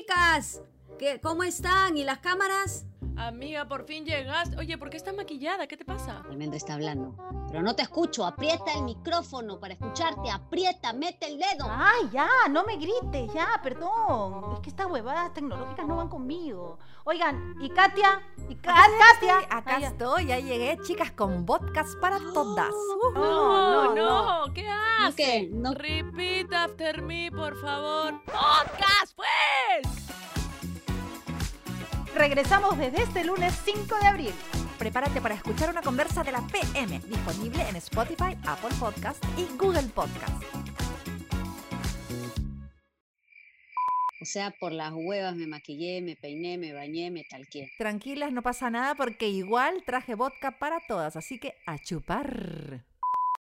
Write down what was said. Chicas, ¿qué, ¿cómo están? ¿Y las cámaras? Amiga, por fin llegaste. Oye, ¿por qué estás maquillada? ¿Qué te pasa? Tremendo está hablando. Pero no te escucho. Aprieta el micrófono para escucharte. Aprieta, mete el dedo. Ay, Ah, ya, no me grites, ya, perdón. Es que estas huevadas tecnológicas no van conmigo. Oigan, ¿y Katia? ¿Y Ka- Katia? Acá Ay, ya. estoy, ya llegué, chicas, con podcast para todas. Oh, No, no, no. ¿qué haces? ¿Qué? No. Repeat after me, por favor. ¡Podcast, pues! Regresamos desde este lunes 5 de abril. Prepárate para escuchar una conversa de la PM, disponible en Spotify, Apple Podcast y Google Podcast. O sea, por las huevas me maquillé, me peiné, me bañé, me talqué. Tranquilas, no pasa nada porque igual traje vodka para todas, así que a chupar.